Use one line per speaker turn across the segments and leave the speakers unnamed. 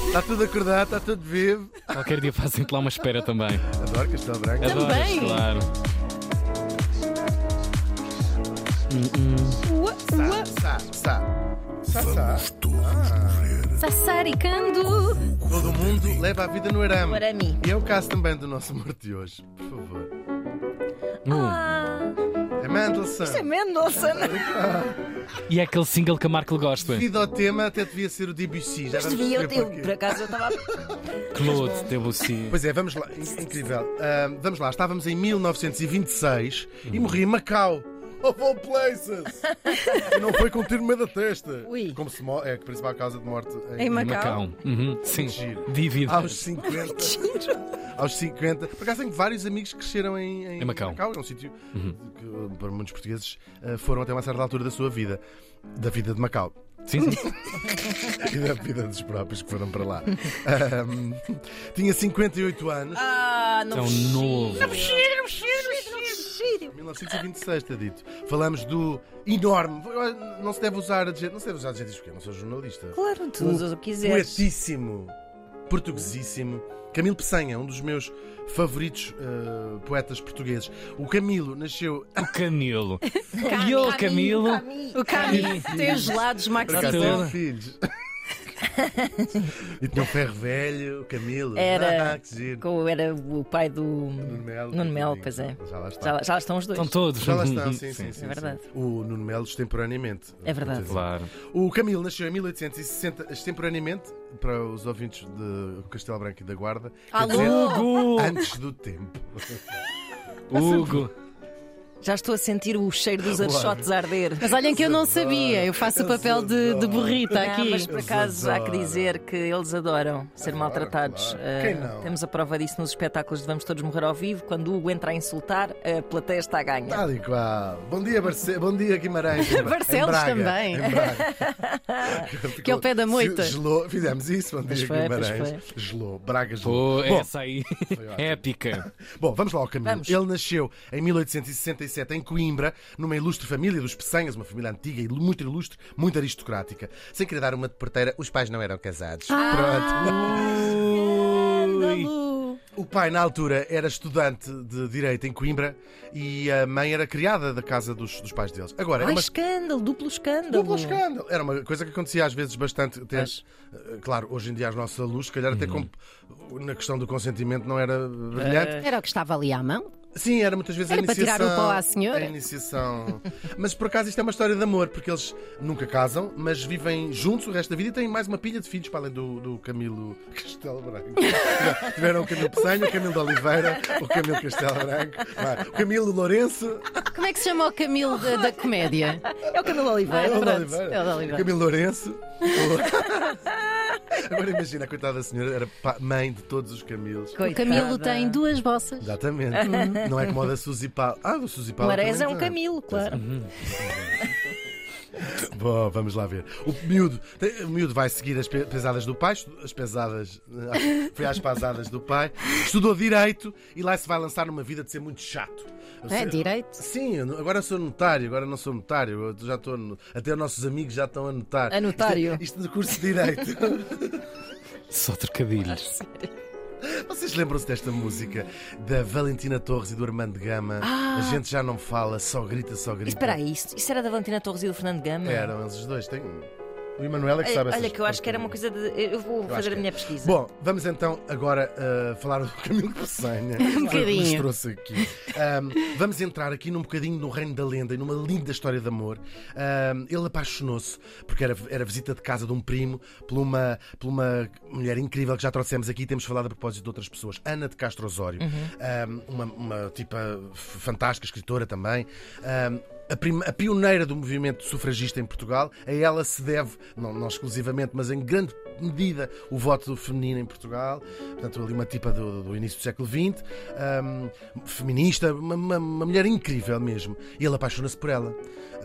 Está tudo acordado, está tudo vivo.
Qualquer dia fazem-te lá uma espera também.
Adoro Castelo Branco.
Adoras,
Também?
claro.
Ua, ua,
Sá, sá. Sá, sá.
sassaricando.
Todo mundo leva a vida no arame.
Para mim.
E é o caso também do nosso amor de hoje. Por favor.
Hum.
Ah,
É Mendelssohn.
isso é Mendonça,
né?
não?
E é aquele single que a Marco gosta.
Devido ao tema, até devia ser o Debussy. Já
Mas
vamos
devia eu
perceber porquê.
ter. Por acaso eu estava.
Claude Debussy.
Pois é, vamos lá. In- Incrível. Ah, vamos lá, estávamos em 1926 e morri em Macau. Of all places! E não foi com um tiro no meio da testa.
Ui.
Como se mo- é a principal causa de morte
Em Macau.
Macau. Uhum. Sim.
Giro.
Dívida.
Aos 50. aos 50. Por acaso tenho vários amigos que cresceram em,
Em Macau. Uhum.
É um sítio que, para muitos portugueses, eh, foram até uma certa altura da sua vida. Da vida de Macau.
Sim, sim.
E da vida dos próprios que foram para lá. Ahm, tinha 58 anos.
Ah,
É um
não
Tão É
mexer,
um novo.
Não mexer, não mexer, não mexer.
1926, está dito. Falamos do enorme. eh, Não se deve usar adjet- Não se deve usar adjetivos porque eu não sou jornalista.
Claro, tu
O-
usas o que quiseres.
Poetíssimo, portuguesíssimo. Camilo Peçanha, um dos meus favoritos eh, poetas portugueses. O Camilo nasceu.
O Canelo. E o Camilo.
O Cami tem os gelados Maxi.
Por acaso
Sim.
tinha filhos. e tinha um ferro velho, o Camilo.
Era-
Ah, que giro.
Com- Era o pai do.
Nuno Melo.
Nuno Melo, pois é.
Já lá está.
Já, lá- já lá estão os dois.
Estão todos. Uhum.
Já lá estão, sim, sim, sim,
É verdade.
sim. O Nuno Melo extemporaneamente.
É verdade.
Portanto,
Claro.
O Camilo nasceu em 1860, extemporaneamente, para os ouvintes de Castelo Branco e da Guarda. quer
Alô?
Hugo!
antes do tempo.
Hugo!
Já estou a sentir o cheiro dos archotes a arder.
Mas olhem que eu não sabia, eu faço
é
o papel de, de burrita
Não,
aqui.
mas por
Eles
acaso há que
adoram.
dizer que eles adoram ser maltratados.
claro.
Eh,
Quem não?
Temos a prova disso nos espetáculos de Vamos Todos Morrer ao Vivo. Quando o Hugo entra a insultar, a plateia está a ganhar.
Tal e qual. Bom dia, Barce... Bom dia Guimarães. Em Bra-
Barcelos
em Braga.
também.
Em Braga.
Que é o pé da moita.
Se- Gelou, fizemos isso. Bom
Pois
dia,
foi, pois
Guimarães. Gelou, Braga gelou.
Pô,
Bom,
essa aí. Épica.
Bom, vamos lá ao Camilo.
Vamos.
Ele nasceu em 1867 em Coimbra, numa ilustre família dos Peçanhas, uma família antiga e muito ilustre, muito aristocrática. Sem querer dar uma de porteira, os pais não eram casados.
Ah!
Escândalo!
Pronto. O pai, na altura, era estudante de Direito em Coimbra e a mãe era criada da casa dos, dos pais deles. Agora, era
Ai,
uma
escândalo, duplo escândalo.
Duplo escândalo. Era uma coisa que acontecia às vezes bastante. até- eh, Claro, hoje em dia aos nossos alunos, se calhar até
Uhum.
com- na questão do consentimento não era brilhante.
Era o que estava ali à mão.
Sim, era muitas vezes
Eh. Era
a
para
iniciação.
tirar o pó à senhora.
A iniciação. mas por acaso isto é uma história de amor, porque eles nunca casam, mas vivem juntos o resto da vida e têm mais uma pilha de filhos, para além do, do Camilo Castelo Branco. Tiveram o Camilo Peçanha, o Camilo de Oliveira, o Camilo Castelo Branco, vá, o Camilo Lourenço.
Como é que se chama o Camilo da, da comédia?
É o Camilo
É
Oliveira.
o de
Pronto,
Oliveira.
é o de Oliveira.
Camilo Lourenço. O- Agora imagina, a coitada da senhora era pa- mãe de todos os Camilos.
O Camilo tem duas bolsas.
Exatamente. Não é como a da Suzy Paulo. Ah, o Suzy Paulo.
Clarez é
também tá.
um
tem.
Camilo, claro.
Uhum. Bom, vamos lá ver. O miúdo, tem- o miúdo vai seguir as pe- pesadas do pai. estu- As pesadas. ah, Foi às pesadas do pai. Estudou direito e lá se vai lançar numa vida de ser muito chato.
É, direito.
Sim, eu não- agora sou notário, agora não sou notário, eu já estou no- até os nossos amigos já estão a notar.
A notário.
Isto, isto do curso de Direito.
Só trocadilhos.
Vocês lembram-se desta música da Valentina Torres e do Armando Gama? A gente já não fala, só grita, só grita.
E Ah. espera aí, isso, isso era da Valentina Torres e do Fernando Gama?
Eram eles os dois, tem. O Emanuel é que
Ei,
sabe
Olha,
essas
que eu acho que era uma
coisas.
coisa de. Eu vou
acho
fazer
que
a
é.
minha pesquisa.
Bom, vamos então agora ah, falar do Camilo Peçanha. Um Que nos
bocadinho.
trouxe aqui. Ahm, vamos entrar aqui num bocadinho no reino da lenda e numa linda história de amor. Ahm, ele apaixonou-se porque era, era visita de casa de um primo por uma, por uma mulher incrível que já trouxemos aqui e temos falado a propósito de outras pessoas. Ana de Castro Osório. Ahm, uma, uma tipa f- fantástica, escritora também. Ahm, a, prim- a pioneira do movimento sufragista em Portugal, a ela se deve, não, não exclusivamente, mas em grande medida, o voto feminino em Portugal. Portanto, ali uma tipa do, do início do século XX, ahm, feminista, uma, uma- uma mulher incrível mesmo. E ele apaixona-se por ela.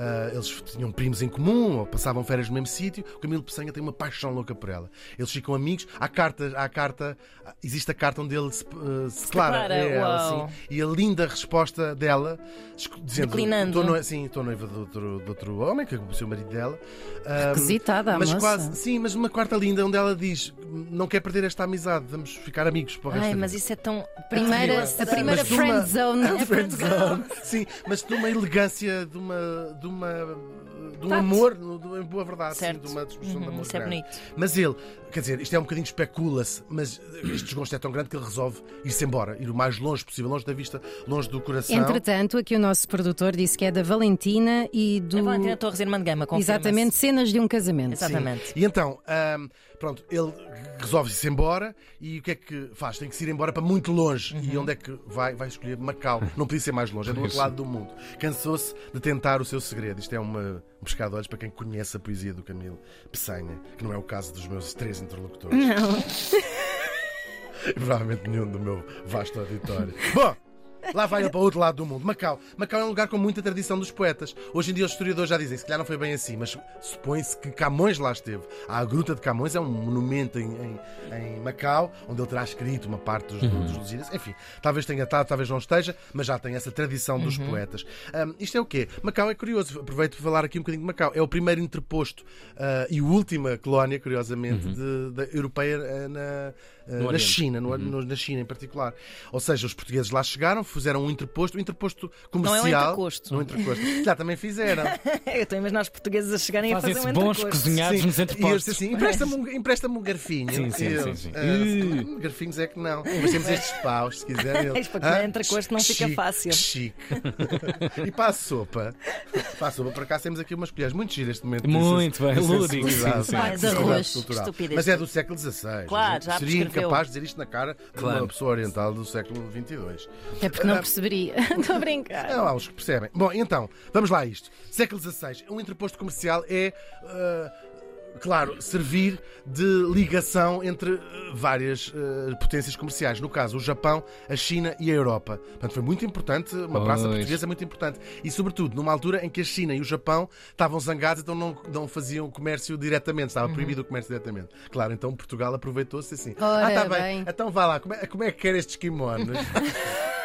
Ah, eles tinham primos em comum, ou passavam férias no mesmo sítio. O Camilo Peçanha tem uma paixão louca por ela. Eles ficam amigos. Há cartas, há carta, existe a carta onde ele se, eh, se declara.
declara,
a ela,
uau.
sim. E a linda resposta dela, esco- dizendo:
Declinando.
"Tô noiva- Sim, estou noiva de outro, de outro homem, que é o seu marido dela. Ahm,
Requisitada a
mas
moça.
quase, sim, mas uma quarta linda. ainda onde ela diz: não quer perder esta amizade, vamos ficar amigos para o resto
Ai,
da
mas
vida."
isso é tão.
Primeira,
Sim,
a primeira
Mas numa-
friendzone.
né?
A friendzone. Sim, mas de uma elegância, de uma. de uma. De um
Tato.
amor, no- do- em boa verdade, sim,
Certo.
de uma discussão de
Uhum,
amor.
isso é
grande.
bonito.
Mas ele, quer dizer, isto é um bocadinho especula-se, mas este desgosto é tão grande que ele resolve ir-se embora, ir o mais longe possível, longe da vista, longe do coração.
Entretanto, aqui o nosso produtor disse que é da Valentina e do.
A Valentina Torres, irmã de Gama, confirma-se.
Exatamente, cenas de um casamento.
Sim.
Exatamente.
E então, ahm, pronto, ele resolve-se ir embora e o que é que faz? Tem que se ir embora para muito longe. E onde é que vai? Vai escolher Macau. Não podia ser mais longe, é do outro
Isso.
lado do mundo. Cansou-se de tentar o seu segredo. Isto é uma, um pescado de olhos para quem conhece a poesia do Camilo Peçanha, que não é o caso dos meus três interlocutores.
Não.
Provavelmente nenhum do meu vasto auditório. Bom! Lá vai ele para o outro lado do mundo, Macau. Macau é um lugar com muita tradição dos poetas. Hoje em dia os historiadores já dizem, se calhar não foi bem assim, mas supõe-se que Camões lá esteve. A Gruta de Camões é um monumento em, em- em Macau, onde ele terá escrito uma parte dos, dos Lusíadas. Enfim, talvez tenha estado, talvez não esteja, mas já tem essa tradição dos poetas. Ahm, isto é o quê? Macau é curioso, aproveito para falar aqui um bocadinho de Macau. É o primeiro interposto ah, e última colónia, curiosamente, de- da europeia ah, na, ah,
No
na
Oriente. Uhum.
China, no- no- na China em particular. Ou seja, os portugueses lá chegaram, fizeram um interposto, um interposto comercial.
entrecosto.
Um entrecosto. Já também fizeram.
Eu estou a imaginar os portugueses a chegarem a fazer um
Fazem-se bons
entrecosto.
cozinhados nos
E eu disse
entrepostos.
assim, empresta-me um, empresta-me um garfinho.
Sim, sim,
E eu,
sim, sim.
"Ah,
Ih."
garfinhos é que não. Mas temos estes paus, se quiser. Ele,
Isto para comer entrecosto não
que
fica
chique,
fácil."
que chique. e para a sopa, para a sopa, por acaso temos aqui umas colheres muito giras este momento. de
Muito
sensi-
bem,
de
lúdico,
sensibilidade,
sim, sim.
de
Pais de
sensibilidade
arroz,
cultural.
estupidez.
Mas é do século XVI.
Claro, já
Seria
prescreveu.
incapaz de dizer isto na cara de
Claro.
uma pessoa oriental do século XXII.
É porque não perceberia. Estou a brincar.
Não, há uns É que percebem. Bom, então, vamos lá a isto. Século XVI, um interposto comercial é. ah, Claro, servir de ligação entre ah, várias ah, potências comerciais, no caso o Japão, a China e a Europa. Portanto, foi muito importante, uma praça
Pois.
portuguesa é muito importante. E, sobretudo, numa altura em que a China e o Japão estavam zangados, então não, não faziam comércio diretamente, estava proibido o comércio diretamente. Claro, então Portugal aproveitou-se assim.
Ora
ah, está
bem.
então vá lá, como é, como é que quer estes kimonos?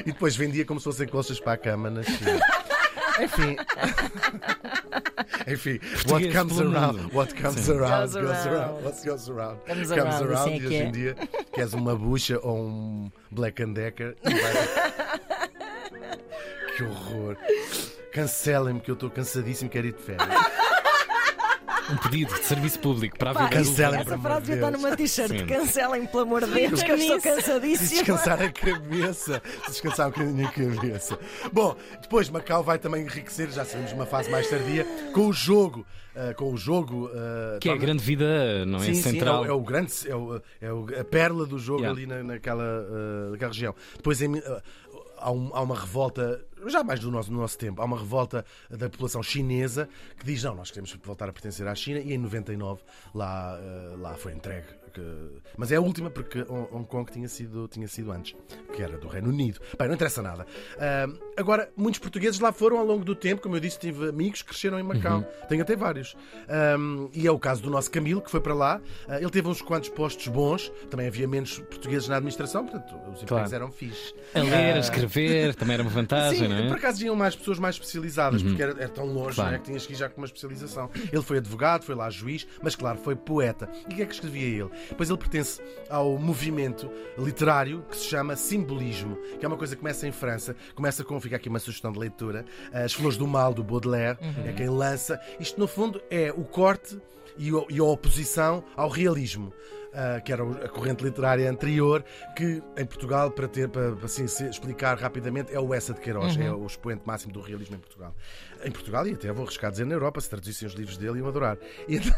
E depois vendia como se fossem colchas para a cama na China. Enfim. Enfim, what
Português
comes
pelo
around,
mundo.
what comes around,
Goes
goes around,
around.
what goes around,
Comes
comes
around,
around,
assim é
e
que
hoje
é.
em dia queres uma bucha ou um black and decker e vais... Que horror. Cancelem-me que eu estou cansadíssimo, quero ir de férias. é
Um pedido de serviço público para a vida
Cancelem, por
Essa
amor
frase
de
devia estar
Deus.
numa t-shirt.
Sim.
Cancelem, pelo amor de Deus, que eu estou
Se
cansadíssima.
descansar a cabeça. Se descansar um bocadinho a cabeça. Bom, depois Macau vai também enriquecer, já sabemos, uma fase mais tardia, com o jogo. ah, com o jogo. ah,
Que é a
torna-
grande vida, não é?
Sim, sim, é
Central.
o, é o grande, é, o- é o- a perla do jogo
Yeah.
ali na- naquela, ah, naquela região. Depois em, ah, há, um- há uma revolta, já mais do nosso, do nosso tempo, há uma revolta da população chinesa que diz: não, nós queremos voltar a pertencer à China, e em 99 lá, ah, lá foi entregue. que- mas é a última porque Hong Hong Kong tinha sido, tinha sido antes, que era do Reino Unido. Bem, não interessa nada. Ah, agora, muitos portugueses lá foram ao longo do tempo, como eu disse, tive amigos que cresceram em Macau. Tenho até vários. Um, e é o caso do nosso Camilo, que foi para lá. Uh, ele teve uns quantos postos bons, também havia menos portugueses na administração, portanto, os empregos
Claro.
eram fixes.
A ler, a escrever, também era uma vantagem,
Sim,
não é? Uhum.
por acaso iam mais pessoas mais especializadas, porque era, era tão longe
Claro.
não é, que tinhas que ir já com uma especialização. Ele foi advogado, foi lá juiz, mas claro, foi poeta. E o que é que escrevia ele? Pois ele pertence ao movimento literário que se chama simbolismo, que é uma coisa que começa em França, começa com, fica aqui uma sugestão de leitura, As Flores do Mal, do Baudelaire,
Uhum.
é quem lança. Isto, no fundo, é o corte e, o- e a oposição ao realismo. ah, que era o- a corrente literária anterior, que em Portugal, para, ter, para, para, assim, se explicar rapidamente, é o Essa de Queiroz,
Uhum.
é o expoente máximo do realismo em Portugal. Em Portugal, e até vou arriscar dizer na Europa, se traduzissem os livros dele, iam adorar. E então-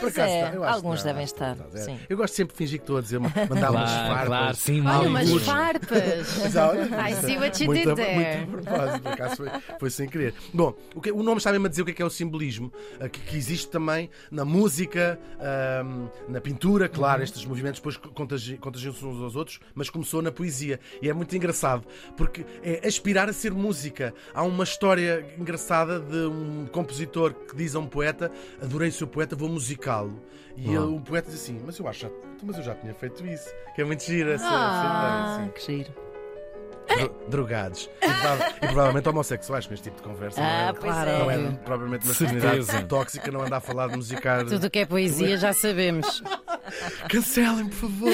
por
é,
não, eu acho que
alguns
não,
devem
acho que não,
estar,
tá, é.
sim.
Eu gosto sempre de fingir que estou a dizer, uma- mandar um umas
Claro,
farpas.
claro, sim, mal
Olha, umas
alguns.
farpas. I see what you
muito,
did there.
Muito a propósito, por acaso foi, foi sem querer. Bom, o, que- o nome está mesmo a dizer o que é, que é o simbolismo, ah, que, que existe também na música, ahm, na pintura, claro, estes movimentos depois contagi- contagiam-se uns aos outros, mas começou na poesia. E é muito engraçado, porque é aspirar a ser música. Há uma história engraçada de um compositor que diz a um poeta: Adorei o seu poeta, vou musicá-lo. E ele- o poeta diz assim: Mas eu acho, já- mas eu já tinha feito isso. Que é muito gira essa, essa ideia,
Ah.
sim.
Que giro.
dro- drogados e, prova- e provavelmente homossexuais neste tipo de conversa.
Ah,
não, é,
claro.
não
Pois
é
é.
propriamente uma
Certeza.
comunidade tóxica, não anda a falar de musicar.
Tudo o que é poesia já sabemos.
Cancelem, por favor.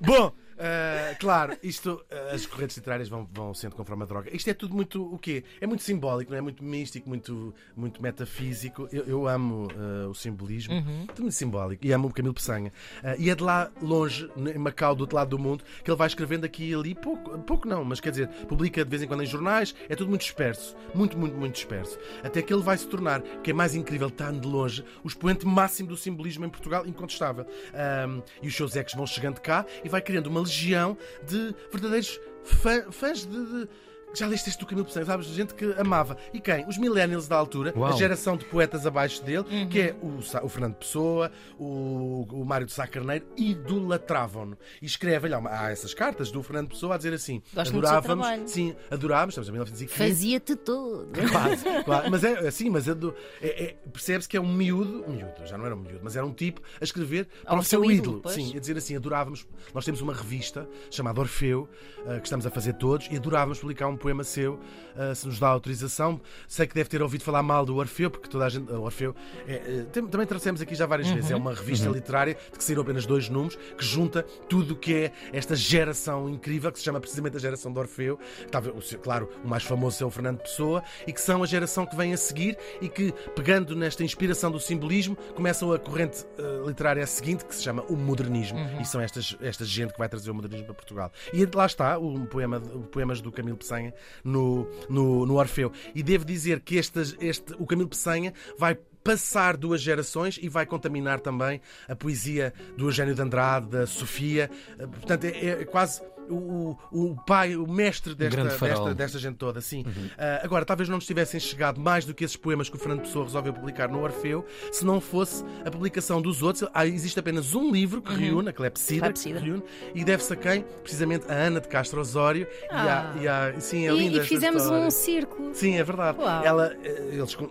Bom, eh, claro, isto, eh, as correntes literárias vão, vão sendo conforme a droga. Isto é tudo muito o quê? É muito simbólico, não é? Muito místico, muito, muito metafísico. Eu, eu amo eh, o simbolismo,
Uhum.
tudo muito simbólico. E amo o Camilo Peçanha. Eh, e é de lá longe, em Macau, do outro lado do mundo, que ele vai escrevendo aqui e ali, pouco, pouco não, mas quer dizer, publica de vez em quando em jornais, é tudo muito disperso, muito, muito, muito disperso. Até que ele vai se tornar, que é mais incrível, está de longe, o expoente máximo do simbolismo em Portugal, incontestável. Ahm, e os seus ex vão chegando cá e vai criando uma legião de verdadeiros fã- fãs de. de- já leste este do Camilo Peçanha, sabes? Gente que amava. E quem? Os millennials da altura, a
Uau.
geração de poetas abaixo dele,
Uhum.
que é o, Sa- o Fernando Pessoa, o, o Mário de Sá Carneiro, idolatravam-no. E escreve, olha, há essas cartas do Fernando Pessoa a dizer assim:
Gosto muito do seu
adorávamos,
trabalho."
sim, adorávamos, estamos em 1915,
Fazia-te todo.
Quase, quase. Mas é assim, mas é do. é- é- Percebe-se que é um miúdo, um miúdo, já não era um miúdo, mas era um tipo a escrever para
Ao
o seu
seu ídolo,
ídolo.
pois.
Sim, a dizer assim: adorávamos. Nós temos uma revista chamada Orfeu, ah, que estamos a fazer todos, e adorávamos publicar um poema seu, ah, se nos dá autorização. Sei que deve ter ouvido falar mal do Orfeu, porque toda a gente. ah, Orfeu. é, eh, tem- também trouxemos aqui já várias vezes. É
Uhum.
uma revista literária de que saíram apenas dois números, que junta tudo o que é esta geração incrível, que se chama precisamente a geração de Orfeu. Talvez, o seu- claro, o mais famoso é o Fernando Pessoa, e que são a geração que vem a seguir e que, pegando nesta inspiração do simbolismo, começam a corrente eh, literária seguinte, que se chama o modernismo.
Uhum.
E são estas, esta gente que vai trazer o modernismo para Portugal. E lá está o poema, o poemas do Camilo Peçanha no, no, no Orfeu. E devo dizer que estas, este, o Camilo Peçanha vai passar duas gerações e vai contaminar também a poesia do Eugênio de Andrade, da Sofia. Eh, Portanto, é, é quase o, o- o pai, o mestre desta,
Um grande farol.
desta- desta gente toda, sim. Ah, agora, talvez não nos tivessem chegado mais do que esses poemas que o Fernando Pessoa resolveu publicar no Orfeu, se não fosse a publicação dos outros. Há- existe apenas um livro
Uhum.
que reúne, a Clepsidra,
Clepsidra.
Que reúne, e deve-se a quem? Precisamente a Ana de Castro Osório.
Ah.
E, à- e à- sim, é linda
E, e
esta
fizemos
história.
um círculo.
Sim, é verdade.
Uau.
Ela, eh, eles com-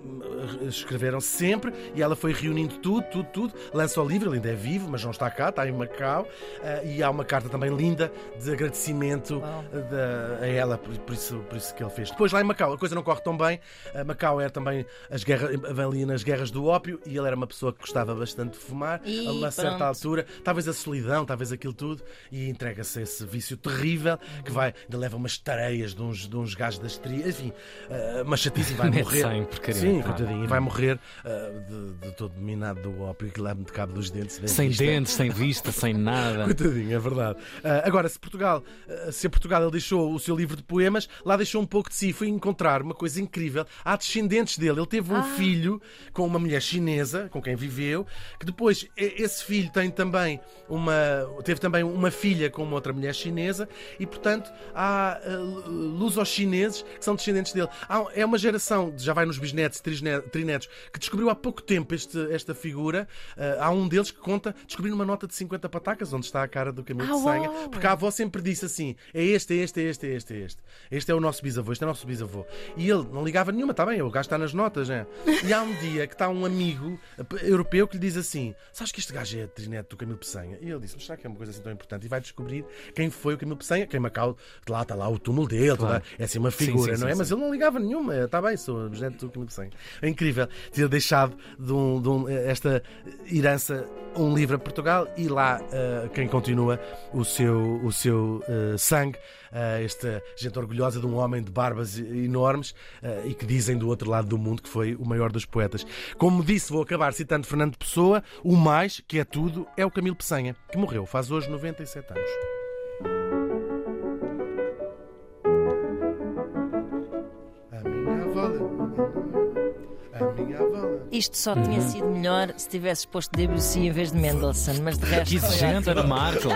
eh, escreveram sempre e ela foi reunindo tudo, tudo, tudo. Lança o livro, ele ainda é vivo, mas não está cá, está em Macau. Eh, e há uma carta também linda de agradecimento
Uau.
eh, da- a ela, por, por isso, por isso que ele fez. Depois lá em Macau, a coisa não corre tão bem. Eh, Macau era também as guerras, ali nas guerras do ópio e ele era uma pessoa que gostava bastante de fumar.
Ih,
a uma certa
pronto.
altura, talvez a solidão, talvez aquilo tudo, e entrega-se a esse vício terrível que vai, ainda leva umas tareias de uns, de uns gajos das trias, enfim, ah, uma chatice e vai
Mete
morrer.
cem, porcaria,
Sim,
pá.
coitadinho, e vai morrer ah, de, de todo dominado do ópio que leva-me de cabo dos dentes. bem
Sem
vista.
dentes, sem vista, sem nada.
Coitadinho, é verdade. Ah, agora, se Portugal, ah, se a Portugal ele deixou o seu livro de poemas, lá deixou um pouco de si, foi encontrar uma coisa incrível. Há descendentes dele. Ele teve um filho com uma mulher chinesa, com quem viveu, que depois e- esse filho tem também uma teve também uma filha com uma outra mulher chinesa e portanto há ah, luso-chineses que são descendentes dele. Há- é uma geração, já vai nos bisnetos, trisne- trinetos, que descobriu há pouco tempo este- esta figura. Ah, há um deles que conta descobrir uma nota de 50 patacas onde está a cara do Camilo
Ah,
de Sanha,
uau!
porque a avó sempre disse assim: é este, é este, é este, é este, é este. Este é o nosso bisavô, este é o nosso bisavô. E ele não ligava nenhuma, está bem, o gajo está nas notas, né? E há um dia que está um amigo eh, p- europeu que lhe diz assim: sabes que este gajo é trineto do Camilo Peçanha? E ele disse: mas será que é uma coisa assim tão importante? E vai descobrir quem foi o Camilo Peçanha, que em Macau, de lá está lá o túmulo dele, toda- é assim uma
Sim,
figura,
sim,
não é?
sim,
Mas
sim.
ele não ligava nenhuma, está bem, sou gente do Camilo Peçanha. É incrível ter deixado de um- de um- esta herança um livro a Portugal e lá eh, quem continua o seu, o seu eh, sangue, eh, esta gente orgulhosa de um homem de barbas e- enormes eh, e que dizem do outro lado do mundo que foi o maior dos poetas. Como disse, vou acabar citando Fernando Pessoa, o mais, que é tudo, é o Camilo Peçanha, que morreu faz hoje 97 anos. A minha avó. A minha avó.
Isto só tinha sido melhor se tivesses posto Debussy em vez de Mendelssohn, mas de resto.
Que
foi
exigente
ótimo.
era Marco.